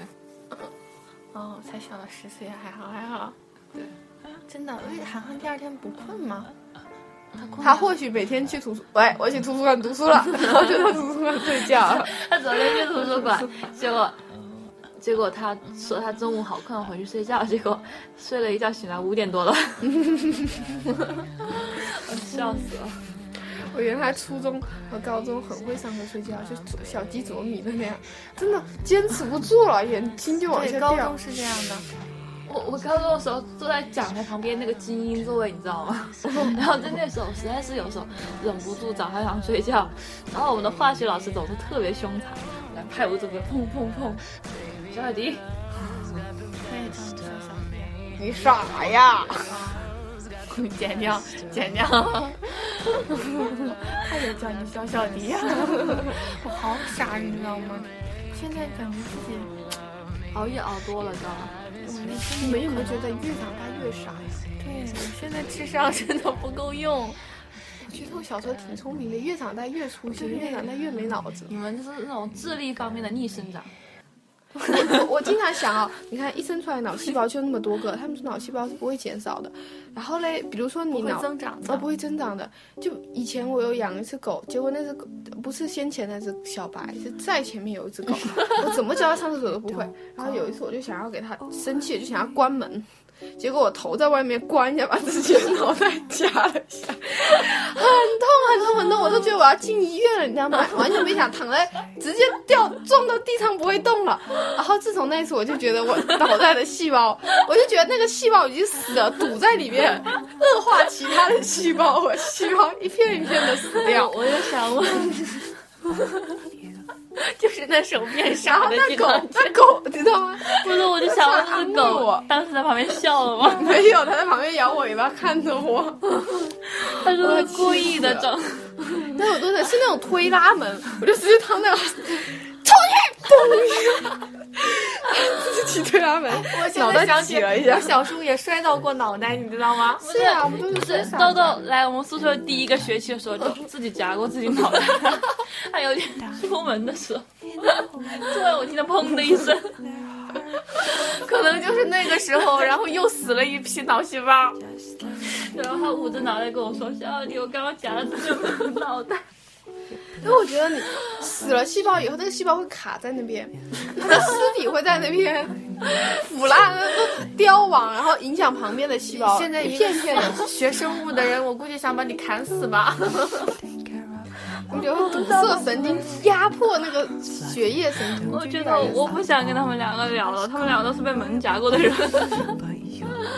[SPEAKER 4] 哦，才小了十岁，还好还好。
[SPEAKER 2] 对，
[SPEAKER 4] 啊真的，因为涵涵第二天不困吗？她困
[SPEAKER 3] 嗯他
[SPEAKER 4] 吗
[SPEAKER 3] 或许每天去图书，喂，我去图书馆读书 [LAUGHS] 了，然后就到图书馆睡觉了。
[SPEAKER 2] 他昨天去图书馆，结果。结果他说他中午好
[SPEAKER 3] [LAUGHS]
[SPEAKER 2] 困，回去睡觉。结果睡了一觉，醒来五点多了。笑死了。
[SPEAKER 3] [LAUGHS] 我原来初中和高中很会上课睡觉，就小鸡啄米的那样，真的坚持不住了，眼睛就往下
[SPEAKER 4] 对，高
[SPEAKER 3] 掉
[SPEAKER 4] 中。是这样的。
[SPEAKER 2] 我我高中的时候坐在讲台旁边那个精英座位，你知道吗？ [LAUGHS] 然后在那时候实在是有时候忍不住早上想睡觉，然后我们的化学老师总是特别凶残，来拍我这边砰砰砰，小海迪，
[SPEAKER 4] 我也当小小
[SPEAKER 3] 你傻呀？
[SPEAKER 4] 剪掉，剪掉。他也叫你小小啊迪呀、 [LAUGHS] 我好傻，你知道吗？现在感觉自己，
[SPEAKER 2] 熬夜熬多了，知道吗？
[SPEAKER 3] 你们有没有觉得越长大越傻呀？
[SPEAKER 4] 对我现在智商真的不够用。
[SPEAKER 3] 我觉得我小时候挺聪明的，越长大越粗心，越长大越没脑 [LAUGHS] 子。
[SPEAKER 2] 你们就是那种智力方面的逆生长，
[SPEAKER 3] 我我经常想啊，你看一生出来脑细胞就那么多个，他们说脑细胞是不会减少的。然后嘞，比如说你
[SPEAKER 4] 不会
[SPEAKER 3] 脑
[SPEAKER 4] 增长
[SPEAKER 3] 哦
[SPEAKER 4] 的
[SPEAKER 3] 不，会增长的。就以前我有养一只狗，结果那只狗不是先前那只小白，是再前面有一只狗，我怎么教它上厕所都不会。然后有一次我就想要给它生气，就想要关门。结果我头在外面关一下，把自己的脑袋夹了一下，很痛很痛很痛，我都觉得我要进医院了，你知道吗？完全没想躺在，直接掉撞到地上不会动了。然后自从那一次，我就觉得我脑袋的细胞，我就觉得那个细胞已经死了，堵在里面，恶化其他的细胞，我细胞一片一片的死掉。
[SPEAKER 4] 我也想问，就是那手变
[SPEAKER 3] 然后
[SPEAKER 4] 傻的
[SPEAKER 3] 那
[SPEAKER 4] 地
[SPEAKER 3] 狗
[SPEAKER 4] 方。，
[SPEAKER 3] 那狗，你知道吗？
[SPEAKER 2] 不是，我就想问那个
[SPEAKER 3] 安慰
[SPEAKER 2] 狗
[SPEAKER 3] [LAUGHS] 我
[SPEAKER 2] 当时在旁边笑了
[SPEAKER 3] [LAUGHS]
[SPEAKER 2] 吗？
[SPEAKER 3] 没有，它在旁边摇尾巴看着我。
[SPEAKER 2] 他说是故意的
[SPEAKER 3] 我气死
[SPEAKER 2] 装，
[SPEAKER 3] 但是我都是是那种推拉门，我就直接躺那，出去，嘣一下，自己推拉门，
[SPEAKER 4] 我现
[SPEAKER 3] 脑
[SPEAKER 4] 在
[SPEAKER 3] 袋
[SPEAKER 4] 想
[SPEAKER 3] 挤
[SPEAKER 4] 起
[SPEAKER 3] 了一下
[SPEAKER 4] 我。小时候也摔到过脑袋，你知道 [LAUGHS] 吗？
[SPEAKER 3] 是啊，我们都是
[SPEAKER 2] 不
[SPEAKER 3] 吹
[SPEAKER 2] 是
[SPEAKER 3] 散的
[SPEAKER 2] 豆豆来我们宿舍第一个学期的时候就自己夹过自己脑袋， [LAUGHS] 还有点出门的时候， [LAUGHS] 突然我听到砰的一声，
[SPEAKER 4] 可能就是那个时候，然后又死了一批脑细胞。
[SPEAKER 2] 然后他捂着脑袋跟我说：“小李，我刚刚夹了自己的脑袋。
[SPEAKER 3] 因为我觉得你死了细胞以后，那个细胞会卡在那边，它的尸体会在那边腐烂、都凋亡，然后影响旁边的细胞。
[SPEAKER 4] 现在
[SPEAKER 3] 一
[SPEAKER 4] 一
[SPEAKER 3] 片片的，
[SPEAKER 4] 个学生物的人，我估计想把你砍死吧。
[SPEAKER 3] 你就会堵塞神经，压迫那个血液神经。”
[SPEAKER 2] 我觉得我不想跟他们两个聊了，他们两个都是被门夹过的人。 [LAUGHS]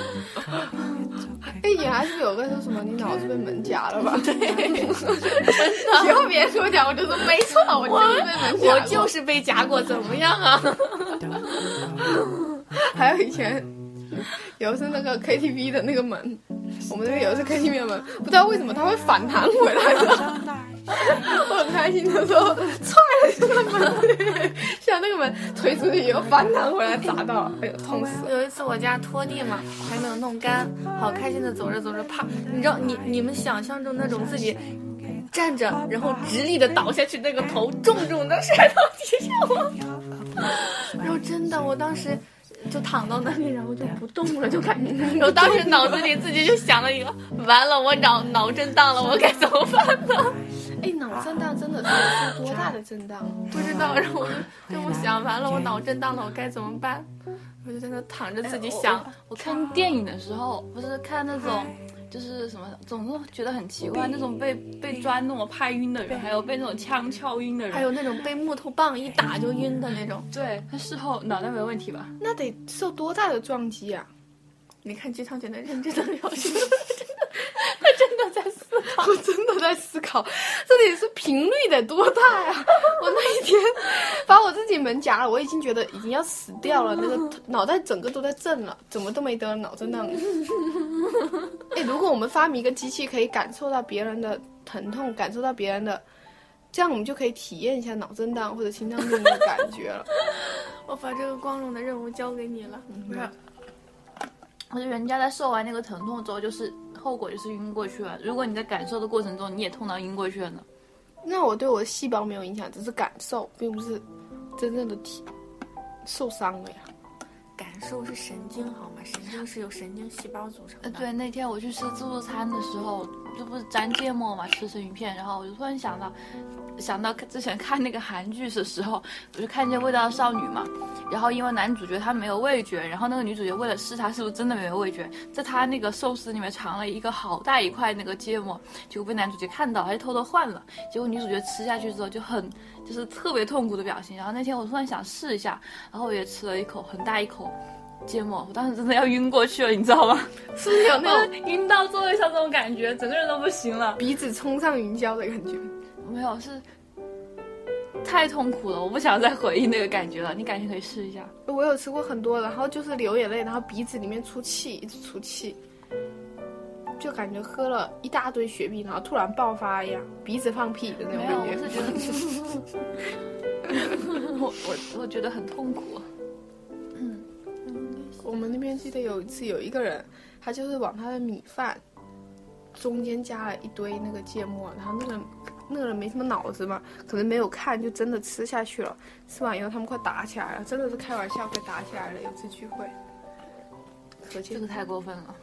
[SPEAKER 3] 哎，你还是有个说什么，你脑子被门夹了吧？对， [LAUGHS] 以后别人跟我讲，我就说没错，我就是被门夹
[SPEAKER 4] 我
[SPEAKER 3] 过
[SPEAKER 4] 就是被夹过，怎么样啊？ [LAUGHS]
[SPEAKER 3] 还有以前有是那个 KTV 的那个门，我们那边有是 KTV 的门，不知道为什么它会反弹回来的。我很开心的时候踹了一下那门，像那个门推出去以后反弹回来砸到，哎呦痛死了！
[SPEAKER 4] 有一次我家拖地嘛，还没有弄干，好开心的走着走着，啪！你知道你你们想象中那种自己站着然后直立的倒下去，那个头重重的摔到地上了。 [LAUGHS] 然后真的，我当时就躺到那里，然后就不动了，就感觉，然后当时脑子里自己就想了一个，完了，我脑脑震荡了，我该怎么办呢？
[SPEAKER 3] 哎，脑震荡真的是多大的震荡？
[SPEAKER 4] [LAUGHS] 不知道，然后我就就我想，完了，我脑震荡了，我该怎么办？我就在那躺着自己想，
[SPEAKER 2] 我看电影的时候，不是看那种。就是什么，总是觉得很奇怪，那种被被砖那么拍晕的人，还有被那种枪敲晕的人，
[SPEAKER 4] 还有那种被木头棒一打就晕的那种。
[SPEAKER 2] 对他事后脑袋没问题吧？
[SPEAKER 3] 那得受多大的撞击啊！
[SPEAKER 4] 你看鸡汤姐在认真的聊
[SPEAKER 3] [LAUGHS]
[SPEAKER 4] 天，
[SPEAKER 3] 我真的在思考，这里是频率得多大 [LAUGHS] 呀！我那一天把我自己门夹了，我已经觉得已经要死掉了，那个 [LAUGHS] 脑袋整个都在震了，怎么都没得脑震荡。 [LAUGHS] 哎，如果我们发明一个机器，可以感受到别人的疼痛，感受到别人的，这样我们就可以体验一下脑震荡或者心脏病的感觉 [LAUGHS] 了。
[SPEAKER 4] 我把这个光荣的任务交给你了。
[SPEAKER 3] 嗯
[SPEAKER 4] 不是，
[SPEAKER 2] 我觉得人家在受完那个疼痛之后，就是后果就是晕过去了。如果你在感受的过程中你也痛到晕过去了呢？
[SPEAKER 3] 那我对我的细胞没有影响，只是感受，并不是真正的体受伤
[SPEAKER 2] [LAUGHS]
[SPEAKER 3] 了呀。
[SPEAKER 4] 感受是神经好吗？神经是由神经细胞组成
[SPEAKER 2] 呃，
[SPEAKER 4] 的。
[SPEAKER 2] 对，那天我去吃自助餐的时候，这不是沾芥末嘛，吃生鱼片，然后我就突然想到，想到之前看那个韩剧的时候，我就看见《味道少女》嘛，然后因为男主角他没有味觉，然后那个女主角为了试他是不是真的没有味觉，在他那个寿司里面藏了一个好大一块那个芥末，结果被男主角看到，他就偷偷换了，结果女主角吃下去之后就很就是特别痛苦的表情，然后那天我突然想试一下，然后我也吃了一口很大一口。芥末，我当时真的要晕过去了，你知道吗？
[SPEAKER 3] 是不是
[SPEAKER 2] [LAUGHS]
[SPEAKER 3] 有那
[SPEAKER 2] 我
[SPEAKER 3] 种
[SPEAKER 2] 晕到哦座位上这种感觉，整个人都不行了。
[SPEAKER 3] 鼻子冲上云霄的感觉？
[SPEAKER 2] 没有，是太痛苦了，我不想再回忆那个感觉了。你感觉可以试一下。
[SPEAKER 3] 我有吃过很多，然后就是流眼泪，然后鼻子里面出气，一直出气，就感觉喝了一大堆雪碧，然后突然爆发一样，鼻子放屁的那种
[SPEAKER 2] 没有，我
[SPEAKER 3] 感
[SPEAKER 2] 是
[SPEAKER 3] 觉。
[SPEAKER 2] 觉得， [LAUGHS] 我我我觉得很痛苦。
[SPEAKER 3] 我们那边记得有一次有一个人，他就是往他的米饭中间加了一堆那个芥末，然后那个人那个人没什么脑子嘛，可能没有看，就真的吃下去了。吃完以后他们快打起来了，真的是开玩笑快打起来了。有次聚会，可见
[SPEAKER 2] 这个太过分了。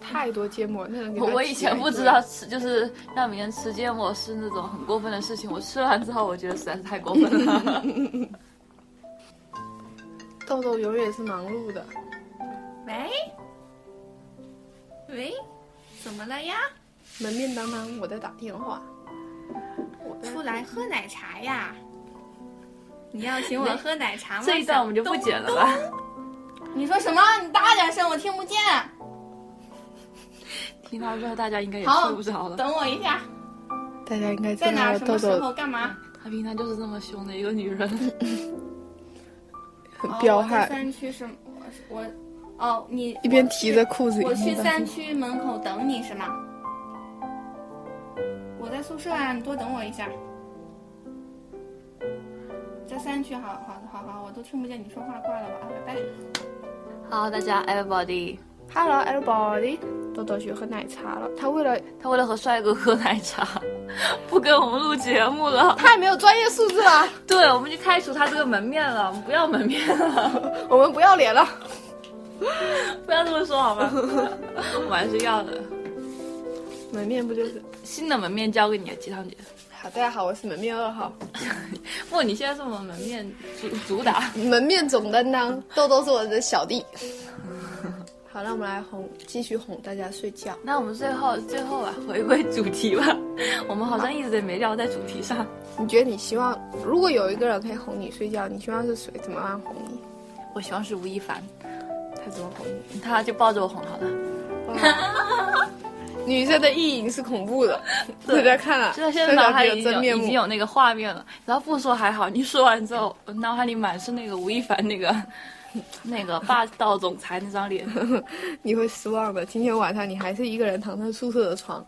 [SPEAKER 3] 太多芥末，那个
[SPEAKER 2] [LAUGHS]
[SPEAKER 3] 人给
[SPEAKER 2] 我
[SPEAKER 3] 他
[SPEAKER 2] 我
[SPEAKER 3] 挤
[SPEAKER 2] 以
[SPEAKER 3] 了
[SPEAKER 2] 前
[SPEAKER 3] 一
[SPEAKER 2] 不知
[SPEAKER 3] 堆
[SPEAKER 2] 道吃 [LAUGHS] 就是让别人吃芥末是那种很过分的事情，我吃完之后我觉得实在是太过分了。
[SPEAKER 3] 豆豆永远是忙碌的。
[SPEAKER 4] 喂，喂，怎么了呀？
[SPEAKER 3] 门面当当，我在打电话。
[SPEAKER 4] 出来喝奶茶呀？你要请我喝奶茶吗？
[SPEAKER 2] [LAUGHS] 这一段我们就不剪了吧。
[SPEAKER 4] 你说什么？你大点声，我听不见。
[SPEAKER 2] [LAUGHS] 听到之后大家应该也
[SPEAKER 4] 好
[SPEAKER 2] 睡不着了。
[SPEAKER 4] 等我一下，
[SPEAKER 3] 大家应该知
[SPEAKER 4] 在哪
[SPEAKER 3] 道豆
[SPEAKER 4] 儿？什么时候？
[SPEAKER 3] 豆
[SPEAKER 4] 干嘛？
[SPEAKER 2] 她平常就是这么凶的一个女人。
[SPEAKER 3] 很
[SPEAKER 4] 哦，
[SPEAKER 3] 彪
[SPEAKER 4] 我在
[SPEAKER 3] 悍，
[SPEAKER 4] 三区什么？我是我哦，你
[SPEAKER 3] 一边提着裤子，
[SPEAKER 4] 我
[SPEAKER 3] 一
[SPEAKER 4] 去
[SPEAKER 3] 边打
[SPEAKER 4] 三区门口等你是吗？我在宿舍啊，你多等我一下。在三区，好好好好，我都听不见你说话，挂了吧，拜拜。
[SPEAKER 2] 好，大家 everybody，
[SPEAKER 3] Hello everybody，豆豆去喝奶茶了。他为了
[SPEAKER 2] 她为了和帅哥喝奶茶，不跟我们录节目了。
[SPEAKER 3] 太没有专业素质啊了，
[SPEAKER 2] 对，我们就开除她这个门面了，我们不要门面了，
[SPEAKER 3] [LAUGHS] 我们不要脸了。
[SPEAKER 2] 不要这么说好吗？我还是要的。
[SPEAKER 3] 门面不就是？
[SPEAKER 2] 新的门面交给你了，鸡汤姐。
[SPEAKER 3] 好，大家好，我是门面二号，
[SPEAKER 2] 不，你现在是我们门面主主打。
[SPEAKER 3] 门面总担当，豆豆是我的小 [LAUGHS] 弟。好，那我们来哄，继续哄大家睡觉。
[SPEAKER 2] 那我们最后最后啊，回归主题吧。我们好像一直也没聊在主题上。
[SPEAKER 3] 你觉得你希望，如果有一个人可以哄你睡觉，你希望是谁？怎么样哄你？
[SPEAKER 2] 我希望是吴亦凡，
[SPEAKER 3] 他怎么哄你？
[SPEAKER 2] 他就抱着我哄好了。
[SPEAKER 3] 女生的意淫是恐怖 [LAUGHS] 的，大家看啊了，
[SPEAKER 2] 就在现在脑海里
[SPEAKER 3] 的
[SPEAKER 2] 已经
[SPEAKER 3] 真
[SPEAKER 2] 有
[SPEAKER 3] 面
[SPEAKER 2] 已经
[SPEAKER 3] 目。
[SPEAKER 2] 有那个画面了，然后不说还好，你说完之后，我脑海里满是那个吴亦凡那个 [LAUGHS] 那个霸道总裁那张脸。
[SPEAKER 3] 你会失望的。今天晚上你还是一个人躺在宿舍的床，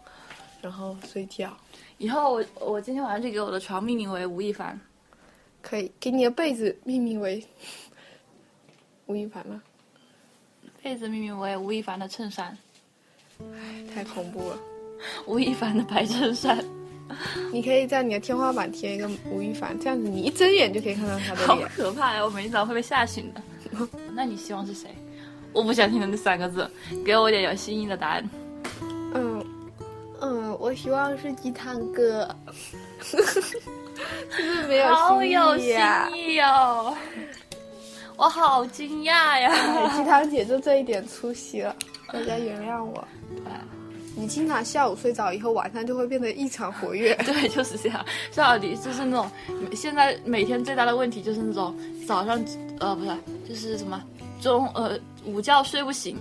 [SPEAKER 3] 然后睡觉。
[SPEAKER 2] 以后我我今天晚上就给我的床命名为吴亦凡，
[SPEAKER 3] 可以给你的被子命名为 [LAUGHS] 吴亦凡吗？
[SPEAKER 2] 被子命名为吴亦凡的衬衫，
[SPEAKER 3] 太恐怖了！
[SPEAKER 2] 吴亦凡的白衬衫。
[SPEAKER 3] 你可以在你的天花板贴一个吴亦凡，这样子你一睁眼就可以看到他的
[SPEAKER 2] 好
[SPEAKER 3] 脸。
[SPEAKER 2] 可怕呀！我每天早上会被吓醒的。 [LAUGHS] 那你希望是谁？我不想听的那三个字，给我一点有新意的答案。
[SPEAKER 3] 嗯嗯，我希望是鸡汤哥。 [LAUGHS] 是不是没有
[SPEAKER 2] 好
[SPEAKER 3] 新
[SPEAKER 2] 有
[SPEAKER 3] 意
[SPEAKER 2] 新
[SPEAKER 3] 啊？
[SPEAKER 2] 意哦！ [LAUGHS] 我好惊讶呀！
[SPEAKER 3] 哎鸡汤姐就这一点出息了，大家原谅我。你经常下午睡着以后，晚上就会变得异常活跃。
[SPEAKER 2] [LAUGHS] 对，就是这样。到底就是那种现在每天最大的问题就是那种早上呃不是就是什么中呃午觉睡不醒，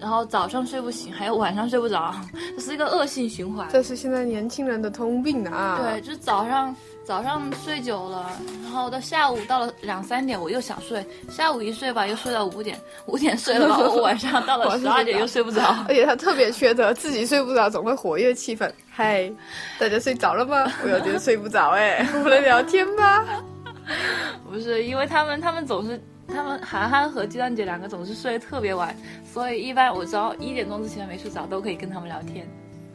[SPEAKER 2] 然后早上睡不醒，还有晚上睡不着，这是一个恶性循环。
[SPEAKER 3] 这是现在年轻人的通病啊！
[SPEAKER 2] 对，，就是早上早上睡久了，然后到下午到了两三点，我又想睡，下午一睡吧，又睡到五点，五点睡了吧， [LAUGHS] 我晚上到了十二点又睡不着。
[SPEAKER 3] 而且他特别缺德，自己睡不着总会活跃气氛。嗨，大家睡着了吗？我有点睡不着哎、我们来聊天吧。
[SPEAKER 2] 不是，因为他们他们总是他们涵涵和鸡蛋姐两个总是睡得特别晚，所以一般我只要一点钟之前没睡着，都可以跟他们聊天。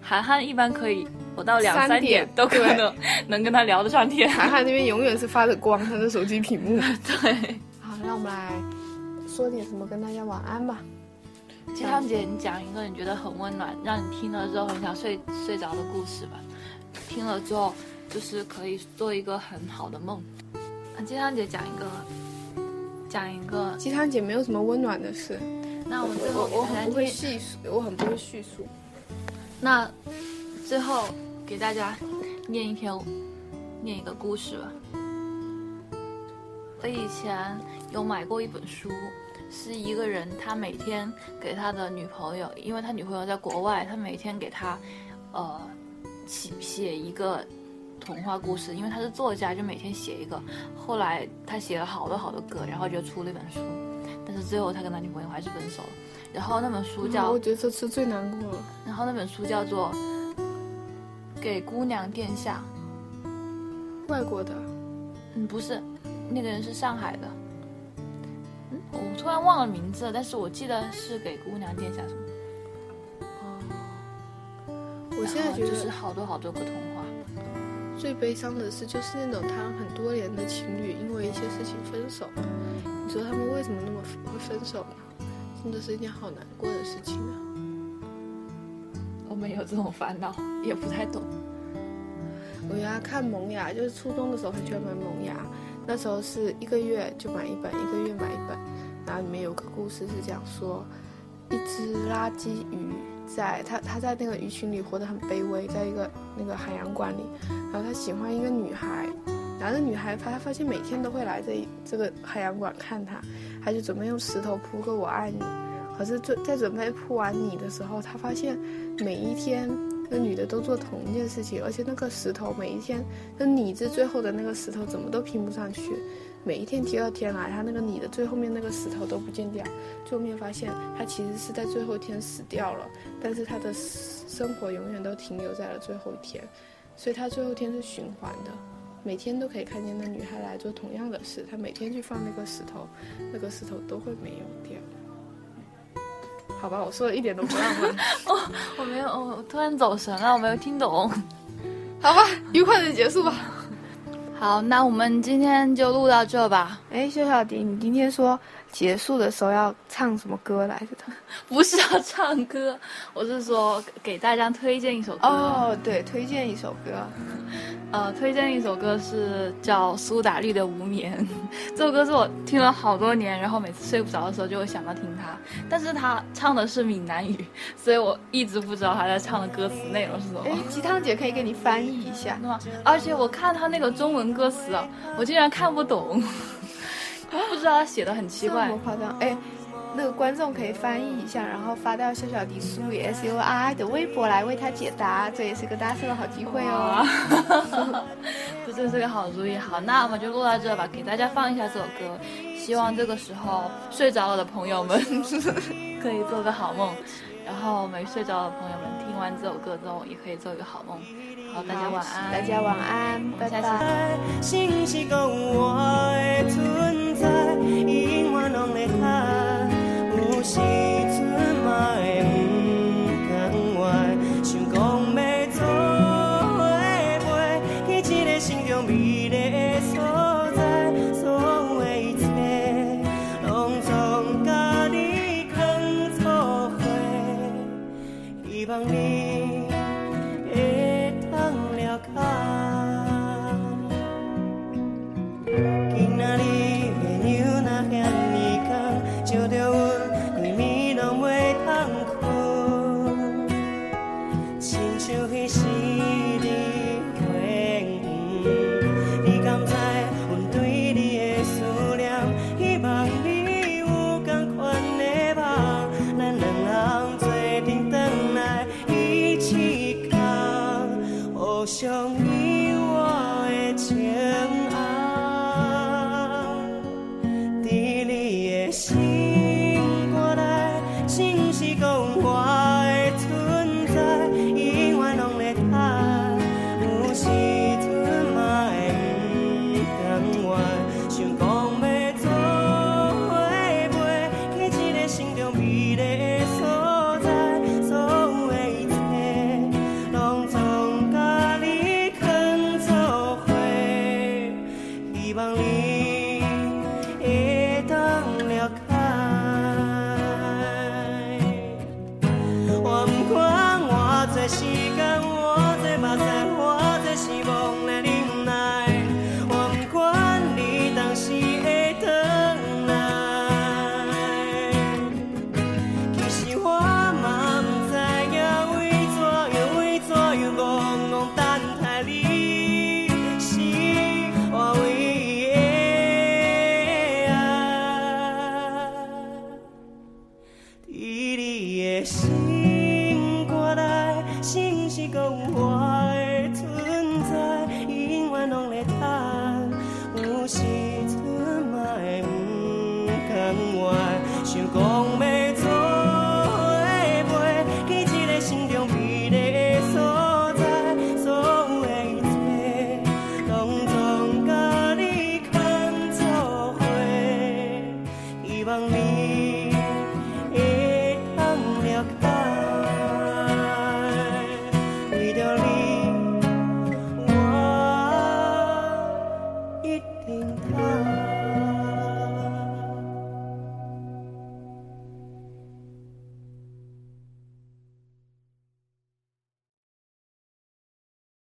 [SPEAKER 2] 涵涵一般可以，我到两
[SPEAKER 3] 三
[SPEAKER 2] 三
[SPEAKER 3] 点
[SPEAKER 2] 都可
[SPEAKER 3] 对
[SPEAKER 2] 能能跟他聊得上天。
[SPEAKER 3] [LAUGHS] 涵涵那边永远是发着光，他的手机 [LAUGHS] 屏幕。
[SPEAKER 2] 对，
[SPEAKER 3] 好，让我们来说点什么，跟大家晚安吧。
[SPEAKER 2] 鸡汤姐，你讲一个你觉得很温暖，让你听了之后很想睡睡着的故事吧。听了之后，就是可以做一个很好的梦。啊，鸡汤姐讲一个，讲一个。
[SPEAKER 3] 鸡汤姐没有什么温暖的事，
[SPEAKER 2] 那我们最
[SPEAKER 3] 我
[SPEAKER 2] 后
[SPEAKER 3] 我
[SPEAKER 2] 给大
[SPEAKER 3] 很
[SPEAKER 2] 家
[SPEAKER 3] 不会
[SPEAKER 2] 听。
[SPEAKER 3] 叙述，我很不嗯会叙述。
[SPEAKER 2] 那最后给大家念一篇，念一个故事吧。我以前有买过一本书，是一个人他每天给他的女朋友，因为他女朋友在国外，他每天给他，呃，写写一个童话故事，因为他是作家，就每天写一个。后来他写了好多好多个，然后就出了一本书，但是最后他跟他女朋友还是分手了。然后那本书叫
[SPEAKER 3] 嗯我觉得这次最难过了。
[SPEAKER 2] 然后那本书叫做《给姑娘殿下
[SPEAKER 3] 外国的，》，
[SPEAKER 2] 嗯，不是，那个人是上海的，嗯，我突然忘了名字了，但是我记得是《给姑娘殿下》什么。
[SPEAKER 3] 我现在
[SPEAKER 2] 然后
[SPEAKER 3] 觉
[SPEAKER 2] 就是
[SPEAKER 3] 得
[SPEAKER 2] 好多好多个童话，
[SPEAKER 3] 最悲伤的事就是那种他让很多年的情侣因为一些事情分手。你说他们为什么那么会分手呢？真的是一件好难过的事情啊。
[SPEAKER 2] 我们有这种烦恼，也不太懂。
[SPEAKER 3] 我原来看《萌芽》，就是初中的时候很喜欢买《萌芽》，那时候是一个月就买一本，一个月买一本。然后里面有个故事是讲说，一只垃圾鱼在它它在那个鱼群里活得很卑微，在一个那个海洋馆里，然后它喜欢一个女孩，然后那女孩发发现每天都会来这这个海洋馆看它，它就准备用石头铺个我爱你。可是就在准备铺完你的时候，他发现每一天那女的都做同一件事情，而且那个石头每一天，那你字最后的那个石头怎么都拼不上去，每一天第二天来，他那个你的最后面那个石头都不见掉，最后面发现他其实是在最后一天死掉了，但是他的生活永远都停留在了最后一天，所以他最后一天是循环的。每天都可以看见那女孩来做同样的事，她每天去放那个石头，那个石头都会没有掉。 [LAUGHS] 好吧，我说的一点都不浪漫。
[SPEAKER 2] 我没有，我突然走神了，我没有听懂。
[SPEAKER 3] 好吧，愉快的结束吧。
[SPEAKER 2] 好，那我们今天就录到这吧。
[SPEAKER 3] 哎，薛小迪，你今天说结束的时候要唱什么歌来着？
[SPEAKER 2] 不是要唱歌， [LAUGHS] 我是说给大家推荐一首歌。
[SPEAKER 3] 哦，对，推荐一首歌。
[SPEAKER 2] 呃，推荐一首歌是叫苏打绿的《无眠》， [LAUGHS] 这首歌是我听了好多年，然后每次睡不着的时候就会想到听它。但是他唱的是闽南语， [LAUGHS] 所以我一直不知道他在唱的歌词内容是什么
[SPEAKER 3] 哎。，鸡汤姐可以给你翻译一下。
[SPEAKER 2] 那么 [LAUGHS] 而且我看他那个中文歌词啊，我竟然看不懂， [LAUGHS] 不知道他写的很奇
[SPEAKER 3] 这
[SPEAKER 2] 怪
[SPEAKER 3] 么。夸张？哎，那个观众可以翻译一下，然后发到薛小迪苏语 S U R I 的微博来为他解答，这也是个搭讪的好机会哦。 [LAUGHS]
[SPEAKER 2] 哇，这啊真是个好主意。好，那我们就录到这吧，给大家放一下这首歌，希望这个时候睡着了的朋友们 [LAUGHS] 可以做个好梦，然后没睡着的朋友们听完这首歌之后也可以做一个好梦。好，大家晚安，
[SPEAKER 3] 大家晚安，
[SPEAKER 2] 我
[SPEAKER 3] 拜
[SPEAKER 2] 们下期
[SPEAKER 3] 拜。
[SPEAKER 5] 心是讲我的存在，伊永远拢会卡。有时阵嘛会不甘愿，想讲要做伙飞，去一个心中美丽的所在，所有的一切，拢总甲你囥做伙，希望你会通了解。今仔日的娘若遐尼空，照着阮规暝拢袂通困，亲像彼时你花园，你敢知阮对你的思念？希望你有同款的梦，咱两人做阵返来一起哭，互相依偎的情红。在你的心肝内，是不是讲我的存在，永远拢在等。有时阵嘛会不甘愿，想讲要做伙飞去一个心中美丽的所在，所有的一切，拢总甲你牵是搁有我的存在，永远拢在等。有时阵嘛会不甘愿，想讲要做的袂，去一个心中美丽的所在，所有的一切，拢总甲你牵做伙。希望你。